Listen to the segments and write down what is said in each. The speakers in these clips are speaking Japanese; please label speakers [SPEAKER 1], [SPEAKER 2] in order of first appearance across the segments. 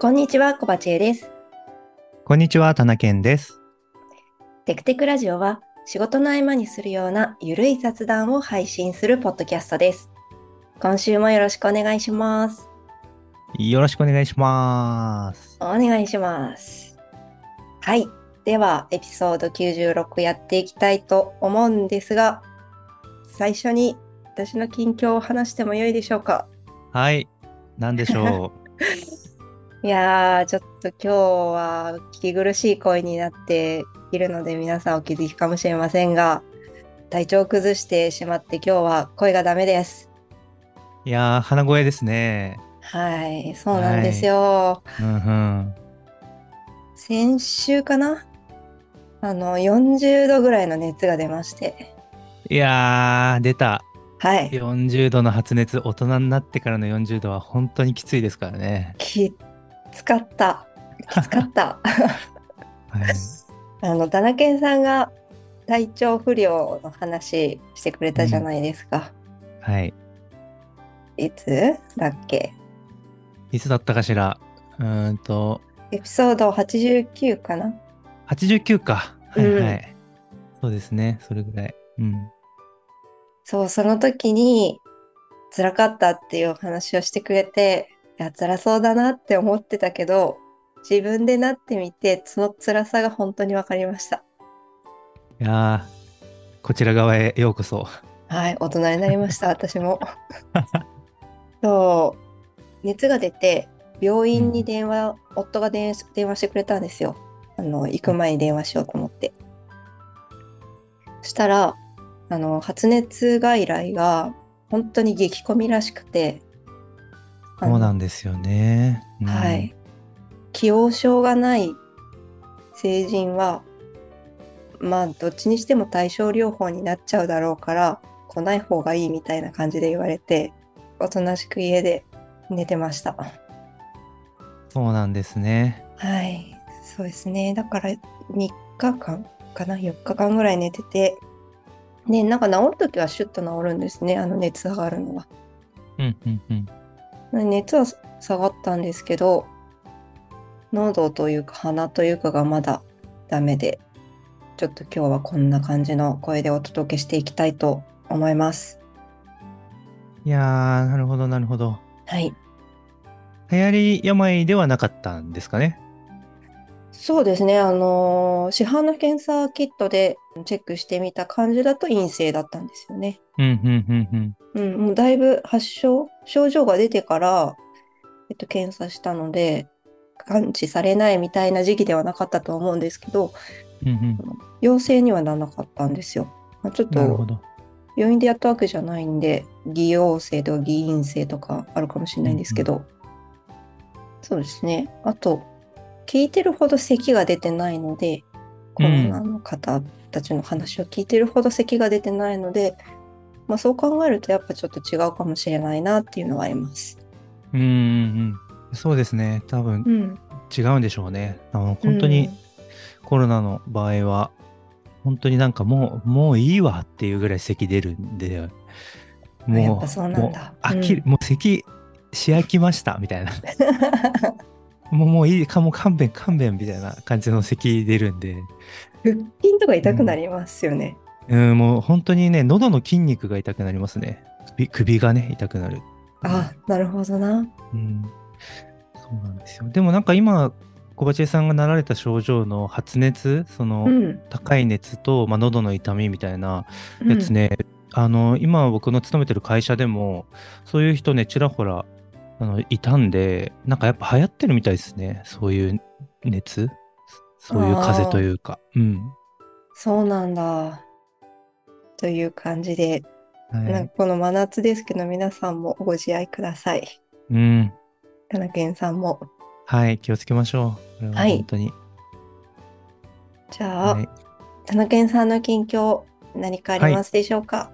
[SPEAKER 1] こんにちは、こばちえです。
[SPEAKER 2] こんにちは、田中健です。
[SPEAKER 1] テクテクラジオは仕事の合間にするようなゆるい雑談を配信するポッドキャストです。今週もよろしくお願いします。
[SPEAKER 2] よろしくお願いします。
[SPEAKER 1] お願いします。はい。では、エピソード96やっていきたいと思うんですが、最初に私の近況を話してもよいでしょうか。
[SPEAKER 2] はい、なんでしょう。
[SPEAKER 1] いやー、ちょっと今日は聞き苦しい声になっているので皆さんお気づきかもしれませんが、体調を崩してしまって今日は声がダメです。
[SPEAKER 2] いやー、鼻声ですね。
[SPEAKER 1] はい、そうなんですよ。
[SPEAKER 2] うんうん。
[SPEAKER 1] 先週かなあの、40度ぐらいの熱が出まして。
[SPEAKER 2] いやー、出た。
[SPEAKER 1] はい、
[SPEAKER 2] 40度の発熱、大人になってからの40度は本当にきついですからね。
[SPEAKER 1] きつかった。きつかった。
[SPEAKER 2] はい、
[SPEAKER 1] あの、ダナケンさんが体調不良の話してくれたじゃないですか。
[SPEAKER 2] はい。
[SPEAKER 1] いつだっけ
[SPEAKER 2] いつだったかしら。うーんと、
[SPEAKER 1] エピソード89かな
[SPEAKER 2] 89か。はいは
[SPEAKER 1] う
[SPEAKER 2] い。そうですね、それぐらい。うん。
[SPEAKER 1] そう、その時に辛かったっていうお話をしてくれて、いや、辛そうだなって思ってたけど、自分でなってみて、その辛さが本当に分かりました。
[SPEAKER 2] いやー、こちら側へようこそ。
[SPEAKER 1] はい、大人になりました、私も。 そう、熱が出て、病院に電話、夫が電電話してくれたんですよ。あの、行く前に電話しようと思って。そしたら、あの、発熱外来が本当に激混みらしくて、あの
[SPEAKER 2] そうなんですよね。うん
[SPEAKER 1] はい。。既往症がない成人は、まあ、どっちにしても対症療法になっちゃうだろうから、来ない方がいいみたいな感じで言われて、おとなしく家で寝てました。
[SPEAKER 2] そうなんですね。
[SPEAKER 1] はい。そうですね。だから、3日間かな ?4 日間ぐらい寝てて、ね、なんか治るときはシュッと治るんですね。あの熱があるのは。
[SPEAKER 2] うんうんうん。
[SPEAKER 1] 熱は下がったんですけど喉というか鼻というかがまだダメでちょっと今日はこんな感じの声でお届けしていきたいと思います
[SPEAKER 2] いやー、なるほど、なるほど。
[SPEAKER 1] はい
[SPEAKER 2] 流行り病ではなかったんですかね。
[SPEAKER 1] そうですねあのー市販の検査キットでチェックしてみた感じだと陰性だったんですよね
[SPEAKER 2] うんうんうんうん。
[SPEAKER 1] うん、もうだいぶ発症、症状が出てから、えっと、検査したので、感知されないみたいな時期ではなかったと思うんですけど、
[SPEAKER 2] うん
[SPEAKER 1] 陽性にはならなかったんですよ。まあ、ちょっ
[SPEAKER 2] うん、なるほ
[SPEAKER 1] と
[SPEAKER 2] ど。
[SPEAKER 1] 病院でやったわけじゃないんで、偽陽性とか偽陰性とかあるかもしれないんですけど、そうですね。あと、聞いてるほど咳が出てないので、コロナの方たちの話を聞いてるほど咳が出てないので、まあ、そう考えるとやっぱちょっと違うかもしれないなっていうのはあります。
[SPEAKER 2] うんうんうん。そうですね。多分
[SPEAKER 1] うん、
[SPEAKER 2] 違うんでしょうね。あの本当にコロナの場合は、本当になんかもう、もういいわっていうぐらい咳出るんで、
[SPEAKER 1] うん、や
[SPEAKER 2] も
[SPEAKER 1] っぱそう
[SPEAKER 2] う、
[SPEAKER 1] な
[SPEAKER 2] も
[SPEAKER 1] ん
[SPEAKER 2] う
[SPEAKER 1] だ。
[SPEAKER 2] 飽きる、もう咳し飽きましたみた いな。もうもういいか、もう勘弁勘弁みたいな感じの咳出るんで。
[SPEAKER 1] うん腹筋とか痛くなりますよね。
[SPEAKER 2] うん、もう本当にね、喉の筋肉が痛くなりますね。首首がね、痛くなる。
[SPEAKER 1] あ、なるほどな。
[SPEAKER 2] うん。そうなんですよ。でもなんか今、小鉢さんがなられた症状の発熱、その、
[SPEAKER 1] うん。
[SPEAKER 2] 高い熱と、まあ、喉の痛みみたいな
[SPEAKER 1] うん
[SPEAKER 2] やつね、あの、今僕の勤めてる会社でも、そういう人ね、ちらほら、あの、いたんで、なんかやっぱ流行ってるみたいですね。そういう熱そういう風邪というか。うん。
[SPEAKER 1] そうなんだ。という感じで、
[SPEAKER 2] はい
[SPEAKER 1] なんかこの真夏ですけど、皆さんもご自愛ください。
[SPEAKER 2] うん。
[SPEAKER 1] 田中健さんも。
[SPEAKER 2] はい、気をつけましょう。これは
[SPEAKER 1] はい
[SPEAKER 2] 本当に。
[SPEAKER 1] じゃあ、
[SPEAKER 2] はい
[SPEAKER 1] 田中健さんの近況、何かありますでしょうか、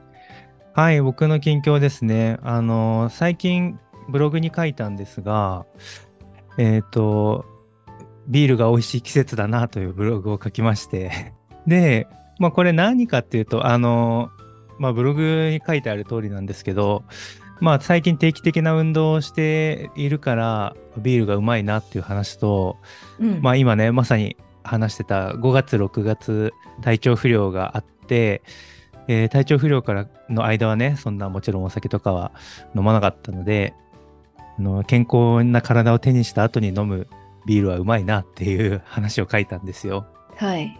[SPEAKER 2] はい、僕の近況ですね。あの、最近ブログに書いたんですが、えっ、と、ビールが美味しい季節だなというブログを書きまして。 で、まあこれ何かっていうと、あの、まあブログに書いてある通りなんですけど、まあ最近定期的な運動をしているからビールがうまいなっていう話と、
[SPEAKER 1] うん
[SPEAKER 2] まあ今ねまさに話してた5月6月体調不良があって、えー体調不良からの間はねそんなもちろんお酒とかは飲まなかったのであの健康な体を手にした後に飲むビールはうまいなっていう話を書いたんですよ。
[SPEAKER 1] はい。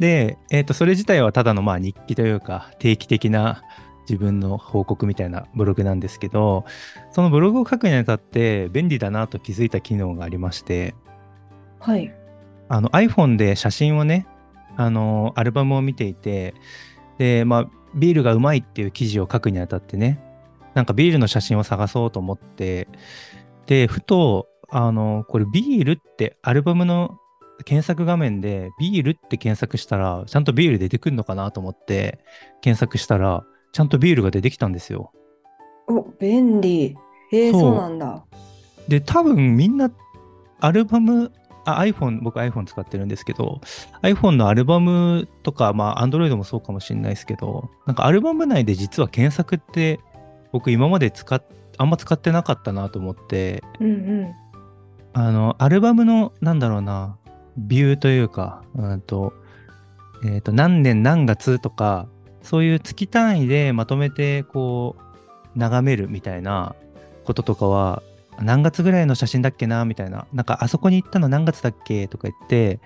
[SPEAKER 2] で、えー、とそれ自体はただのまあ日記というか定期的な自分の報告みたいなブログなんですけどそのブログを書くにあたって便利だなと気づいた機能がありまして
[SPEAKER 1] はい。
[SPEAKER 2] あの iPhone で写真をねあのアルバムを見ていてで、まあ、ビールがうまいっていう記事を書くにあたってねなんかビールの写真を探そうと思ってでふとあのこれビールってアルバムの検索画面でビールって検索したらちゃんとビール出てくるのかなと思って検索したらちゃんとビールが出てきたんですよ。
[SPEAKER 1] お、便利。へえ、
[SPEAKER 2] そう
[SPEAKER 1] そうなんだ。
[SPEAKER 2] で多分みんなアルバムあ iPhone 僕 iPhone 使ってるんですけど iPhone のアルバムとかまあ Android もそうかもしれないですけどなんかアルバム内で実は検索って僕今まで使っあんま使ってなかったなと思って
[SPEAKER 1] うんうん。
[SPEAKER 2] あのアルバムのなんだろうなビューというかうんと,、えー、と何年何月とかそういう月単位でまとめてこう眺めるみたいなこととかは何月ぐらいの写真だっけなみたいななんかあそこに行ったの何月だっけとか言って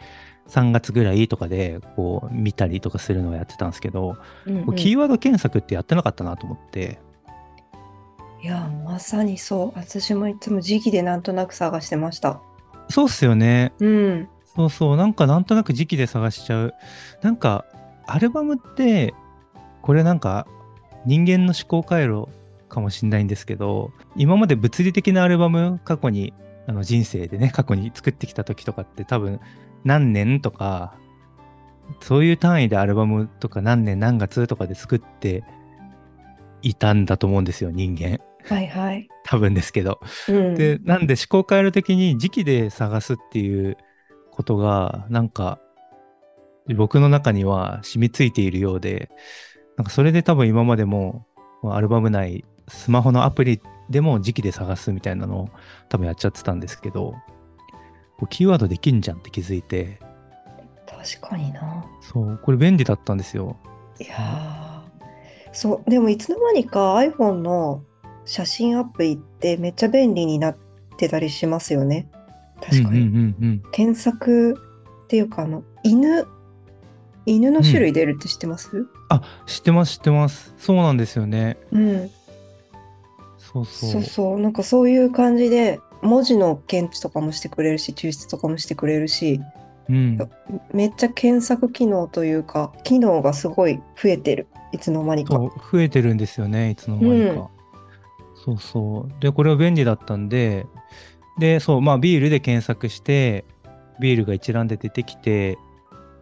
[SPEAKER 2] 3月ぐらいとかでこう見たりとかするのをやってたんですけど、
[SPEAKER 1] うんうん
[SPEAKER 2] キーワード検索ってやってなかったなと思って
[SPEAKER 1] いや、まさにそう。私もいつも時期でなんとなく探してました。
[SPEAKER 2] そうっすよね
[SPEAKER 1] うん。
[SPEAKER 2] そうそう、なんかなんとなく時期で探しちゃう。なんか、アルバムって、これなんか、人間の思考回路かもしれないんですけど、今まで物理的なアルバム、過去に、あの人生でね、過去に作ってきた時とかって多分、何年とか、そういう単位でアルバムとか何年何月とかで作っていたんだと思うんですよ、人間。
[SPEAKER 1] はいはい。
[SPEAKER 2] 多分ですけど。
[SPEAKER 1] うん。
[SPEAKER 2] でなんで思考回路的に時期で探すっていうことがなんか僕の中には染みついているようでなんかそれで多分今までもまあアルバム内スマホのアプリでも時期で探すみたいなのを多分やっちゃってたんですけどこうキーワードできんじゃんって気づいて
[SPEAKER 1] 確かにな。
[SPEAKER 2] そうこれ便利だったんですよ
[SPEAKER 1] いやーそうでもいつの間にか iPhone の写真アプリってめっちゃ便利になってたりしますよね。確かに。
[SPEAKER 2] うんうんうんうん
[SPEAKER 1] 検索っていうかあの犬犬の種類出るって知ってます？
[SPEAKER 2] あ知ってます知ってますそうなんですよね
[SPEAKER 1] うん、
[SPEAKER 2] そうそう
[SPEAKER 1] そうそうなんかそういう感じで文字の検知とかもしてくれるし抽出とかもしてくれるし
[SPEAKER 2] うん、
[SPEAKER 1] めっちゃ検索機能というか機能がすごい増えてるいつの間にか。
[SPEAKER 2] そう増えてるんですよねいつの間にか、
[SPEAKER 1] うん
[SPEAKER 2] そうそうでこれは便利だったんででそうまあビールで検索してビールが一覧で出てきて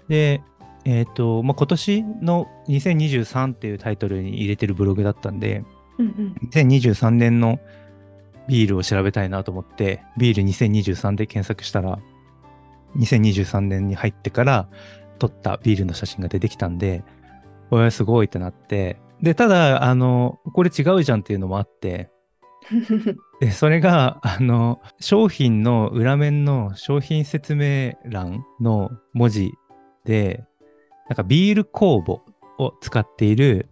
[SPEAKER 2] でえっ、と、まあ、今年の2023っていうタイトルに入れてるブログだったんで
[SPEAKER 1] うんうん
[SPEAKER 2] 2023年のビールを調べたいなと思ってビール2023で検索したら2023年に入ってから撮ったビールの写真が出てきたんでおやすごいってなってでただあのこれ違うじゃんっていうのもあってでそれがあの商品の裏面の商品説明欄の文字でなんかビール酵母を使っている、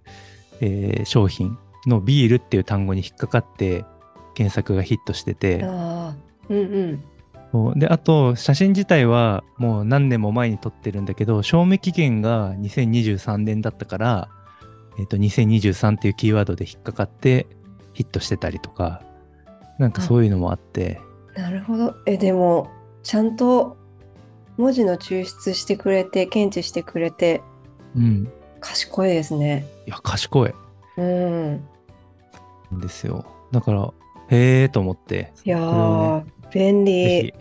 [SPEAKER 2] えー商品のビールっていう単語に引っかかって検索がヒットしてて
[SPEAKER 1] あーうんうん
[SPEAKER 2] そうであと写真自体はもう何年も前に撮ってるんだけど賞味期限が2023年だったから、えー、と2023っていうキーワードで引っかかってヒットしてたりとかなんかそういうのもあって。
[SPEAKER 1] なるほど。え、でも、ちゃんと文字の抽出してくれて、検知してくれて、
[SPEAKER 2] うん。
[SPEAKER 1] 賢いですね。
[SPEAKER 2] いや、賢い
[SPEAKER 1] うん。
[SPEAKER 2] んですよ。だから、へえーと思って。
[SPEAKER 1] いや
[SPEAKER 2] これを
[SPEAKER 1] ー、便利。
[SPEAKER 2] ね、ぜ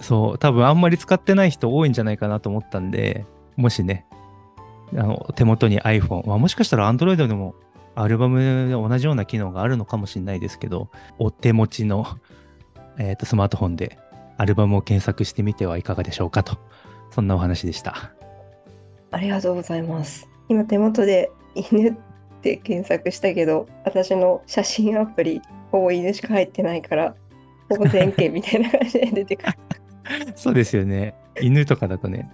[SPEAKER 2] ひ。そう、多分あんまり使ってない人多いんじゃないかなと思ったんで、もしね、あの手元に iPhone、まあ、もしかしたら Android でもアルバムで同じような機能があるのかもしれないですけど、お手持ちの、えー、とスマートフォンでアルバムを検索してみてはいかがでしょうかと、そんなお話でした。
[SPEAKER 1] ありがとうございます。今、手元で犬って検索したけど、私の写真アプリ、ほぼ犬しか入ってないから、ほぼ全件みたいな感じで出て くる。
[SPEAKER 2] そうですよね。犬とかだ とね。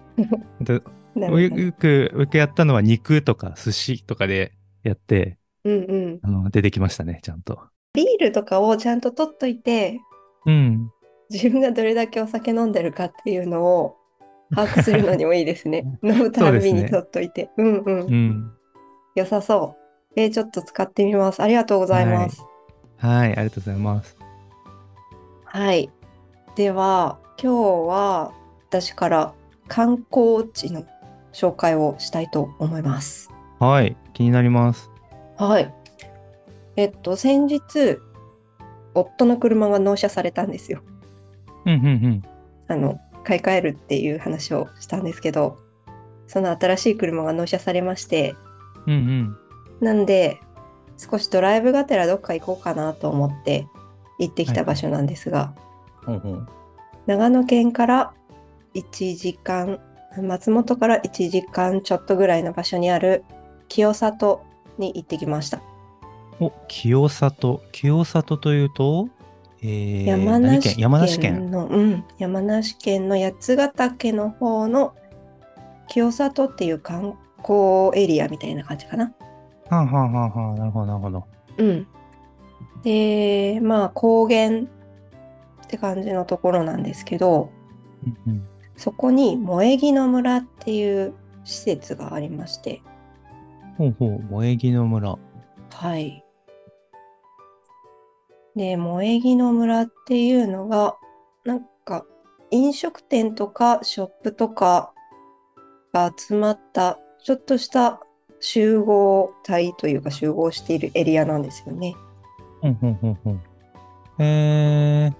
[SPEAKER 2] で
[SPEAKER 1] なるほど
[SPEAKER 2] よく、よくやったのは肉とか寿司とかでやって、
[SPEAKER 1] うんうん。
[SPEAKER 2] あの出てきましたね、ちゃんと。
[SPEAKER 1] ビールとかをちゃんと取っといて、
[SPEAKER 2] うん。
[SPEAKER 1] 自分がどれだけお酒飲んでるかっていうのを把握するのにもいいです ね。飲むたんびに取っといて。うんうん。
[SPEAKER 2] うん。
[SPEAKER 1] 良さそう。えーちょっと使ってみます。ありがとうございます。
[SPEAKER 2] はい、ありがとうございます。
[SPEAKER 1] はい。では、今日は私から観光地の紹介をしたいと思います。
[SPEAKER 2] はい、気になります。
[SPEAKER 1] はい。えっと、先日、夫の車が納車されたんですよ。
[SPEAKER 2] うん、うん、
[SPEAKER 1] あの、買い替えるっていう話をしたんですけど、その新しい車が納車されまして、
[SPEAKER 2] うん。うん、うん。
[SPEAKER 1] なんで、少しドライブがてらどっか行こうかなと思って行ってきた場所なんですが、
[SPEAKER 2] ほうほう。
[SPEAKER 1] 長野県から1時間松本から1時間ちょっとぐらいの場所にある清里に行ってきました、
[SPEAKER 2] お、清里。清里というと、えー、
[SPEAKER 1] 山
[SPEAKER 2] 何
[SPEAKER 1] 梨県
[SPEAKER 2] 山梨県。
[SPEAKER 1] の、うん、山梨県の八ヶ岳の方の清里っていう観光エリアみたいな感じかな
[SPEAKER 2] はあ、はあはあはあ、なるほど、なるほど。
[SPEAKER 1] うんでまあ高原って感じのところなんですけど
[SPEAKER 2] うんうん、
[SPEAKER 1] そこに萌木の村っていう施設がありまして
[SPEAKER 2] ほうほう、萌木の村。
[SPEAKER 1] はい。で、萌木の村っていうのが、なんか飲食店とかショップとかが集まった、ちょっとした集合体というか集合しているエリアなんですよね。
[SPEAKER 2] うんうんうんうん。えー、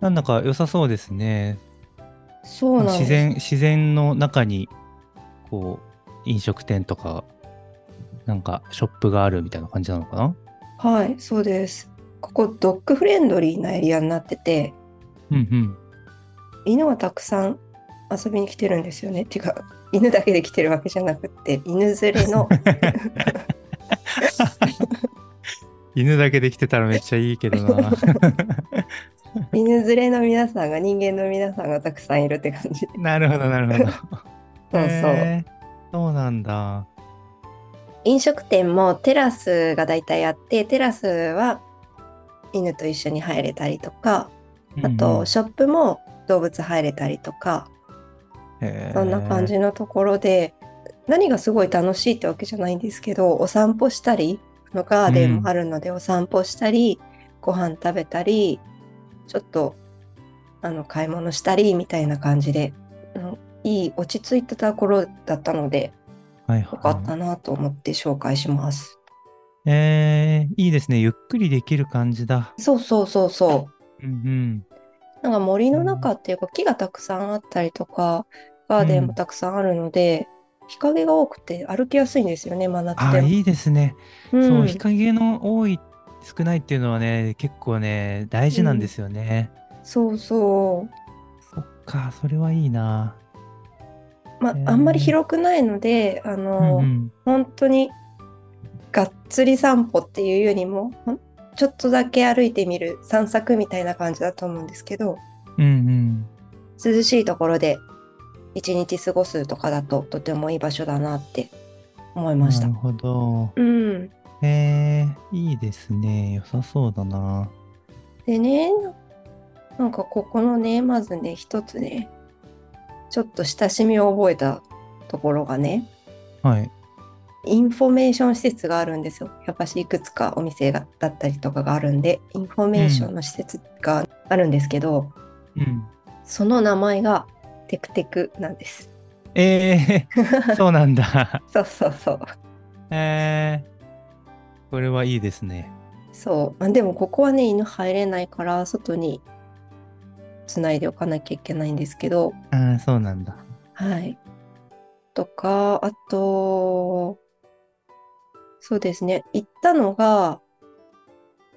[SPEAKER 2] なんだか良さそうですね。
[SPEAKER 1] そうなんです。
[SPEAKER 2] 自然、自然の中に、こう、飲食店とか、なんかショップがあるみたいな感じなのかな
[SPEAKER 1] はい、そうです。ここドッグフレンドリーなエリアになってて、
[SPEAKER 2] うんうん。
[SPEAKER 1] 犬はたくさん遊びに来てるんですよね。てか、犬だけで来てるわけじゃなくって、犬連れ の
[SPEAKER 2] 犬だけできてたらめっちゃいいけど な。
[SPEAKER 1] 犬連れの皆さんが人間の皆さんがたくさんいるって感じ。
[SPEAKER 2] なるほど、なるほ
[SPEAKER 1] そ
[SPEAKER 2] ど。
[SPEAKER 1] うそう。
[SPEAKER 2] えーそうなんだ。
[SPEAKER 1] 飲食店もテラスが大体あって、テラスは犬と一緒に入れたりとか、あ
[SPEAKER 2] うんう
[SPEAKER 1] と
[SPEAKER 2] ん
[SPEAKER 1] ショップも動物入れたりとか、
[SPEAKER 2] へー
[SPEAKER 1] そんな感じのところで、何がすごい楽しいってわけじゃないんですけど、お散歩したり、あのガーデンもあるのでお散歩したり、ご飯食べたり、ちょっとあの買い物したりみたいな感じで、うんいい落ち着いたところだったので、
[SPEAKER 2] はい
[SPEAKER 1] よか
[SPEAKER 2] は
[SPEAKER 1] ったなと思って紹介します。
[SPEAKER 2] い。えー、いいですね。ゆっくりできる感じだ。
[SPEAKER 1] そうそうそうそ
[SPEAKER 2] うん
[SPEAKER 1] う。なんか森の中っていうか木がたくさんあったりとか、ガーデンもたくさんあるので、日陰が多くて歩きやすいんですよね、真
[SPEAKER 2] うん。あ
[SPEAKER 1] 夏
[SPEAKER 2] あ、
[SPEAKER 1] でも。
[SPEAKER 2] いいですね。
[SPEAKER 1] うん
[SPEAKER 2] そう、日陰の多い、少ないっていうのはね、結構ね、大事なんですよね。
[SPEAKER 1] そうそう。
[SPEAKER 2] そっか、それはいいな。
[SPEAKER 1] まあ
[SPEAKER 2] へー
[SPEAKER 1] あんまり広くないので、あの、
[SPEAKER 2] うん
[SPEAKER 1] 本当にがっつり散歩っていうよりも、ほんちょっとだけ歩いてみる散策みたいな感じだと思うんですけど、
[SPEAKER 2] うん。うんうん。
[SPEAKER 1] 涼しいところで一日過ごすとかだととてもいい場所だなって思いまし
[SPEAKER 2] な
[SPEAKER 1] た
[SPEAKER 2] る。ほど。
[SPEAKER 1] うん、
[SPEAKER 2] えー、いいですね。良さそうだな。
[SPEAKER 1] でねなんかここのねまずね一つねちょっと親しみを覚えたところがね
[SPEAKER 2] はい。
[SPEAKER 1] インフォメーション施設があるんですよ。やっぱしいくつかお店がだったりとかがあるんでインフォメーションの施設があるんですけど、
[SPEAKER 2] うん。
[SPEAKER 1] その名前がテクテクなんです。
[SPEAKER 2] え ー、そうなんだ。
[SPEAKER 1] そうそうそう。
[SPEAKER 2] えー、これはいいですね。
[SPEAKER 1] そう。まあでもここはね、犬入れないから、外につないでおかなきゃいけないんですけど、
[SPEAKER 2] ああ、そうなんだ。
[SPEAKER 1] はい。とか、あと、そうですね、行ったのが、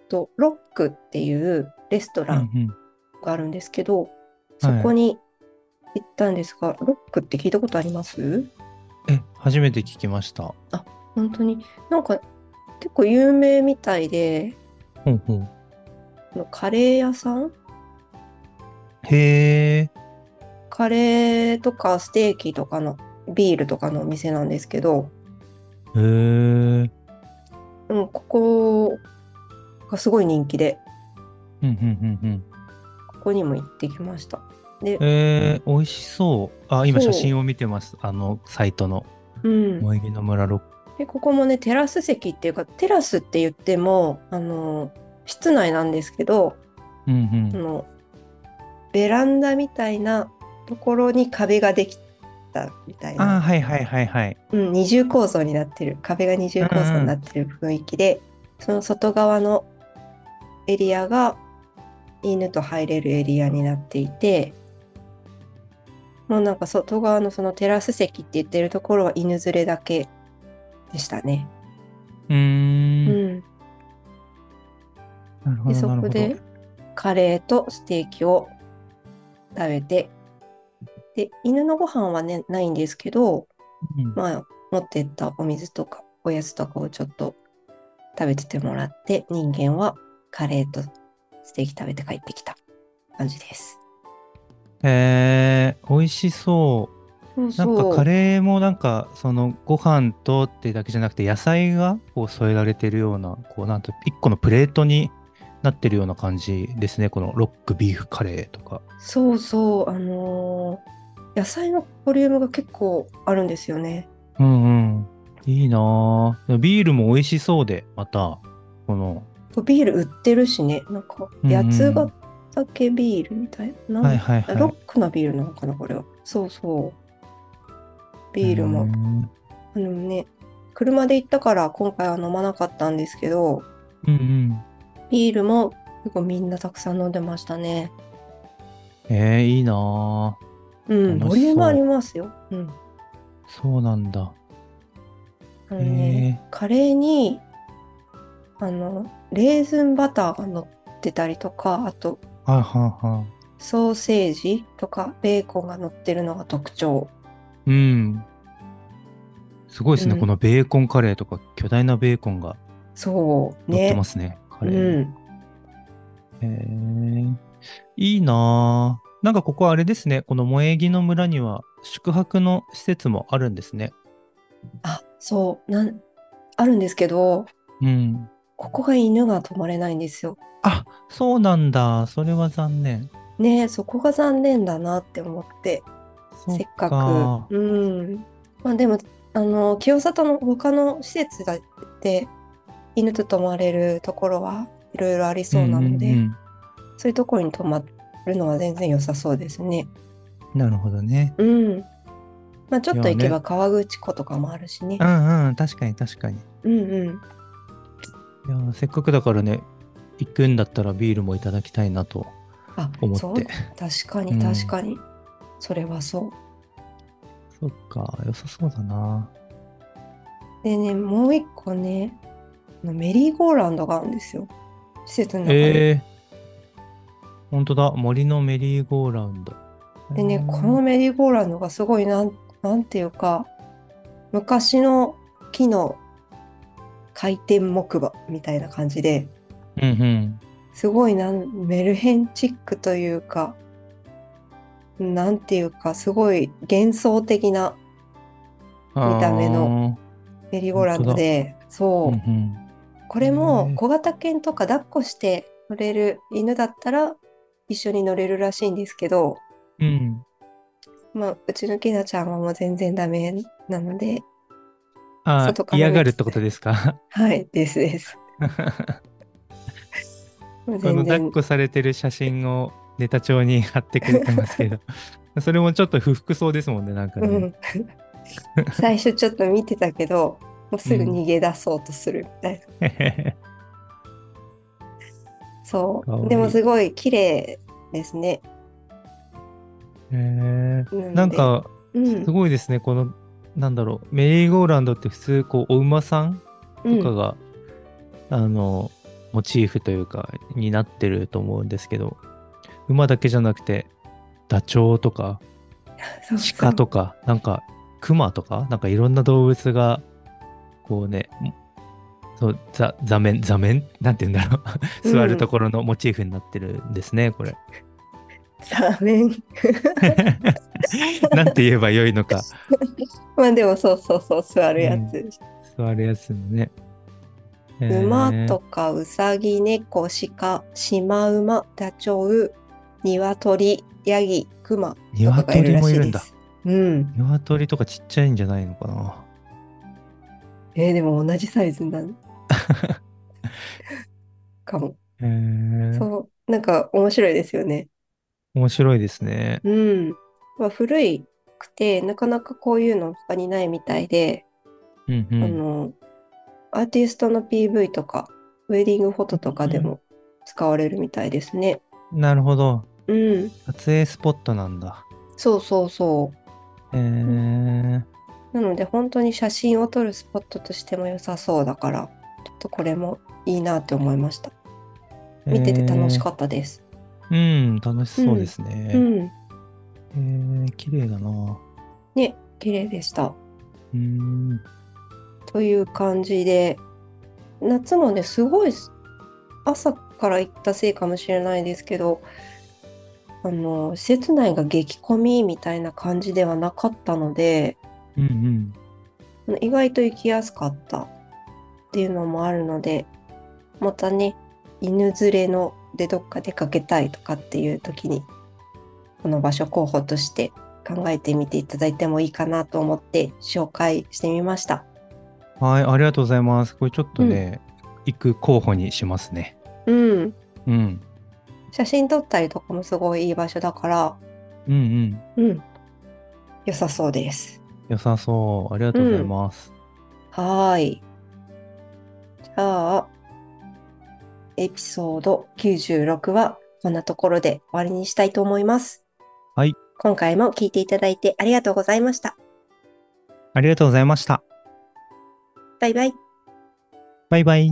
[SPEAKER 1] とロックっていうレスト
[SPEAKER 2] う
[SPEAKER 1] ラン
[SPEAKER 2] んうん。
[SPEAKER 1] があるんですけど、そこに行ったんですが、ロックって聞いたことあります
[SPEAKER 2] え、初めて聞きました。
[SPEAKER 1] 本当になんか結構有名みたいで、
[SPEAKER 2] うんうん。
[SPEAKER 1] あのカレー屋さん
[SPEAKER 2] へえ。
[SPEAKER 1] カレーとかステーキとかのビールとかのお店なんですけど、
[SPEAKER 2] へえ。
[SPEAKER 1] うん、ここがすごい人気で、
[SPEAKER 2] うんうんうんうん。
[SPEAKER 1] ここにも行ってきました。で、
[SPEAKER 2] えー、美味しそう。あ、今
[SPEAKER 1] そ
[SPEAKER 2] 写
[SPEAKER 1] う
[SPEAKER 2] 真を見てます。あの、サイトの。
[SPEAKER 1] うん、
[SPEAKER 2] 萌木の村ロック。
[SPEAKER 1] でここもねテラス席っていうかテラスって言ってもあの室内なんですけど
[SPEAKER 2] うんうん
[SPEAKER 1] あ。のベランダみたいなところに壁ができたみたい
[SPEAKER 2] あー
[SPEAKER 1] な、
[SPEAKER 2] はいはいはいはい。
[SPEAKER 1] うん、二重構造になってる壁が二重構造になってる雰囲気で、その外側のエリアが犬と入れるエリアになっていてもうなんか外側のそのテラス席って言ってるところは犬連れだけでしたね。
[SPEAKER 2] うーん。
[SPEAKER 1] うん
[SPEAKER 2] なるほ
[SPEAKER 1] で
[SPEAKER 2] ど
[SPEAKER 1] そ
[SPEAKER 2] なる
[SPEAKER 1] こ
[SPEAKER 2] ほど。
[SPEAKER 1] でカレーとステーキを食べてで犬のご飯はねないんですけど、
[SPEAKER 2] うん
[SPEAKER 1] まあ、持ってったお水とかおやつとかをちょっと食べててもらって人間はカレーとステーキ食べて帰ってきた感じです。
[SPEAKER 2] へえ、美味しそう。
[SPEAKER 1] そう
[SPEAKER 2] なんかカレーもなんか、そのご飯とってだけじゃなくて、野菜がこう添えられてるような、こうなんと一個のプレートになってるような感じですね。このロックビーフカレーとか。
[SPEAKER 1] そうそうあのー野菜のボリュームが結構あるんですよね。
[SPEAKER 2] うんうん。いいなぁ。ビールも美味しそうで、また、この、
[SPEAKER 1] ビール売ってるしねなんか
[SPEAKER 2] うんうん
[SPEAKER 1] 八ヶ岳ビールみたいな。
[SPEAKER 2] はいはいはい。
[SPEAKER 1] ロックなビールなのかな、これは。そうそう。ビール
[SPEAKER 2] う
[SPEAKER 1] も。
[SPEAKER 2] ん
[SPEAKER 1] あのね、車で行ったから今回は飲まなかったんですけど、
[SPEAKER 2] うんうん。
[SPEAKER 1] ビールも結構みんなたくさん飲んでましたね。
[SPEAKER 2] えー、いいなぁ。
[SPEAKER 1] うん、
[SPEAKER 2] 楽しそう
[SPEAKER 1] ボリュームありますよ。うん。
[SPEAKER 2] そうなんだ。
[SPEAKER 1] あのね、カレーに、あの、レーズンバターが乗ってたりとか、あと、
[SPEAKER 2] はいはいはい。
[SPEAKER 1] ソーセージとかベーコンが乗ってるのが特徴。
[SPEAKER 2] うん。すごいですね、
[SPEAKER 1] うん
[SPEAKER 2] このベーコンカレーとか、巨大なベーコンが
[SPEAKER 1] そう、
[SPEAKER 2] 乗って
[SPEAKER 1] ね
[SPEAKER 2] ま。すね、カ
[SPEAKER 1] う
[SPEAKER 2] レー。
[SPEAKER 1] ん。
[SPEAKER 2] へえいいなぁ。なんかここあれですね、この萌木の村には宿泊の施設もあるんですね。
[SPEAKER 1] あ、そう、なん、あるんですけど、
[SPEAKER 2] うん。
[SPEAKER 1] ここが犬が泊まれないんですよ。
[SPEAKER 2] あ、そうなんだ。それは残念。
[SPEAKER 1] ねえそこが残念だなって思って、
[SPEAKER 2] そっ
[SPEAKER 1] せっかく。うん。まあでも、あの、清里の他の施設だって、犬と泊まれるところはいろいろありそうなので、
[SPEAKER 2] んん
[SPEAKER 1] そういうところに泊まるのは全然良さそうですね。
[SPEAKER 2] うんなるほどね。
[SPEAKER 1] うん。まあちょっと
[SPEAKER 2] いや
[SPEAKER 1] 行
[SPEAKER 2] ね
[SPEAKER 1] けば川口湖とかもあるしね。
[SPEAKER 2] うんうん、確かに確かに。い
[SPEAKER 1] うんうん。
[SPEAKER 2] やーせっかくだからね、行くんだったらビールもいただきたいなと
[SPEAKER 1] あ、
[SPEAKER 2] 思
[SPEAKER 1] そう
[SPEAKER 2] っ。て。
[SPEAKER 1] 確か
[SPEAKER 2] う
[SPEAKER 1] に
[SPEAKER 2] ん
[SPEAKER 1] 確かに。それはそう。
[SPEAKER 2] そっか、良さそうだな。
[SPEAKER 1] でね、もう一個ね、あのメリーゴーランドがあるんですよ。施設の中に。
[SPEAKER 2] ええほんとだ、森のメリーゴーラウンド。
[SPEAKER 1] で
[SPEAKER 2] え
[SPEAKER 1] ね、
[SPEAKER 2] ー
[SPEAKER 1] この、メリーゴーランドがすごいなん、なんていうか、昔の木の回転木馬みたいな感じで、
[SPEAKER 2] うんうん。
[SPEAKER 1] すごいなんメルヘンチックというか、なんていうか、すごい幻想的な見た目のメリーゴーランドで、
[SPEAKER 2] あー。
[SPEAKER 1] そうう、
[SPEAKER 2] んうん、
[SPEAKER 1] これ
[SPEAKER 2] へ
[SPEAKER 1] も
[SPEAKER 2] ー
[SPEAKER 1] 小型犬とか抱っこして乗れる犬だったら一緒に乗れるらしいんですけど、
[SPEAKER 2] うん。
[SPEAKER 1] まあ、うちのきなちゃんはもう全然ダメなので、
[SPEAKER 2] あ
[SPEAKER 1] 外
[SPEAKER 2] ー、
[SPEAKER 1] から見て
[SPEAKER 2] 嫌がるってことですか
[SPEAKER 1] はい、ですです。もう
[SPEAKER 2] こ
[SPEAKER 1] 全
[SPEAKER 2] の抱っ
[SPEAKER 1] 然、
[SPEAKER 2] こされてる写真をネタ帳に貼ってくれてま すけど、それもちょっと不服そうですもんね、なんか
[SPEAKER 1] う
[SPEAKER 2] ね。
[SPEAKER 1] ん、最初ちょっと見てたけど、もうすぐ逃げ出そうとするみたいな。そ。
[SPEAKER 2] かわいいう
[SPEAKER 1] でもすごい綺麗ですね。
[SPEAKER 2] へー
[SPEAKER 1] な
[SPEAKER 2] なん
[SPEAKER 1] ので、
[SPEAKER 2] か、
[SPEAKER 1] うん
[SPEAKER 2] すごいですね、この、なんだろう、メリーゴーランドって普通、こう、お馬さん
[SPEAKER 1] うん
[SPEAKER 2] とかが、あのモチーフというかになってると思うんですけど馬だけじゃなくてダチョウとか
[SPEAKER 1] そうそう
[SPEAKER 2] 鹿とかなんかクマとかなんかいろんな動物がこうねそう、座、座面、座面なんて言うんだろう。
[SPEAKER 1] うん
[SPEAKER 2] 座るところのモチーフになってるんですね、これ。
[SPEAKER 1] 座面。
[SPEAKER 2] なんて言えばよいのか。
[SPEAKER 1] まあでもそうそうそう、座るやつ。
[SPEAKER 2] 座るやつのね。えー
[SPEAKER 1] 馬とかうさぎ、猫、鹿、シマウマ、ダチョウ、鶏、ヤギ、クマとかがいる
[SPEAKER 2] 鶏
[SPEAKER 1] ら
[SPEAKER 2] も
[SPEAKER 1] し
[SPEAKER 2] い
[SPEAKER 1] い
[SPEAKER 2] るん
[SPEAKER 1] で
[SPEAKER 2] だ。
[SPEAKER 1] す。うん。
[SPEAKER 2] 鶏とかちっちゃいんじゃないのかな。
[SPEAKER 1] えーでも同じサイズなん かも。
[SPEAKER 2] へー
[SPEAKER 1] そう。なんか面白いですよね。
[SPEAKER 2] 面白いですね。
[SPEAKER 1] うん。まあ、古いくて、なかなかこういうの他にないみたいで、
[SPEAKER 2] うん
[SPEAKER 1] あ
[SPEAKER 2] うん。
[SPEAKER 1] の、アーティストの PV とか、ウェディングフォトとかでも使われるみたいですね。
[SPEAKER 2] なるほど。
[SPEAKER 1] うん。
[SPEAKER 2] 撮影スポットなんだ。
[SPEAKER 1] そうそうそう。
[SPEAKER 2] へー
[SPEAKER 1] なので本当に写真を撮るスポットとしても良さそうだから、ちょっとこれもいいなって思いました。見てて楽しかったです。
[SPEAKER 2] えーうん、楽しそうです
[SPEAKER 1] う
[SPEAKER 2] ね。
[SPEAKER 1] ん。
[SPEAKER 2] えー綺麗だな。
[SPEAKER 1] ね、綺麗でした。
[SPEAKER 2] うん。
[SPEAKER 1] という感じで、夏もね、すごい朝から行ったせいかもしれないですけど、あの、施設内が激混みみたいな感じではなかったので、
[SPEAKER 2] うんうん。
[SPEAKER 1] 意外と行きやすかったっていうのもあるのでまたね犬連れのでどっか出かけたいとかっていう時にこの場所候補として考えてみていただいてもいいかなと思って紹介してみました。
[SPEAKER 2] はい、ありがとうございます。これちょっとね、行く候補にしますね。
[SPEAKER 1] うん、
[SPEAKER 2] うん。
[SPEAKER 1] 写真撮ったりとかもすごいいい場所だから、
[SPEAKER 2] うんうん。
[SPEAKER 1] うん、良さそうです。
[SPEAKER 2] 良さそう。ありがとうございます。
[SPEAKER 1] はーい。じゃあ、エピソード96はこんなところで終わりにしたいと思います。
[SPEAKER 2] はい。
[SPEAKER 1] 今回も聞いていただいてありがとうございました。
[SPEAKER 2] ありがとうございました。
[SPEAKER 1] バイバイ。
[SPEAKER 2] バイバイ。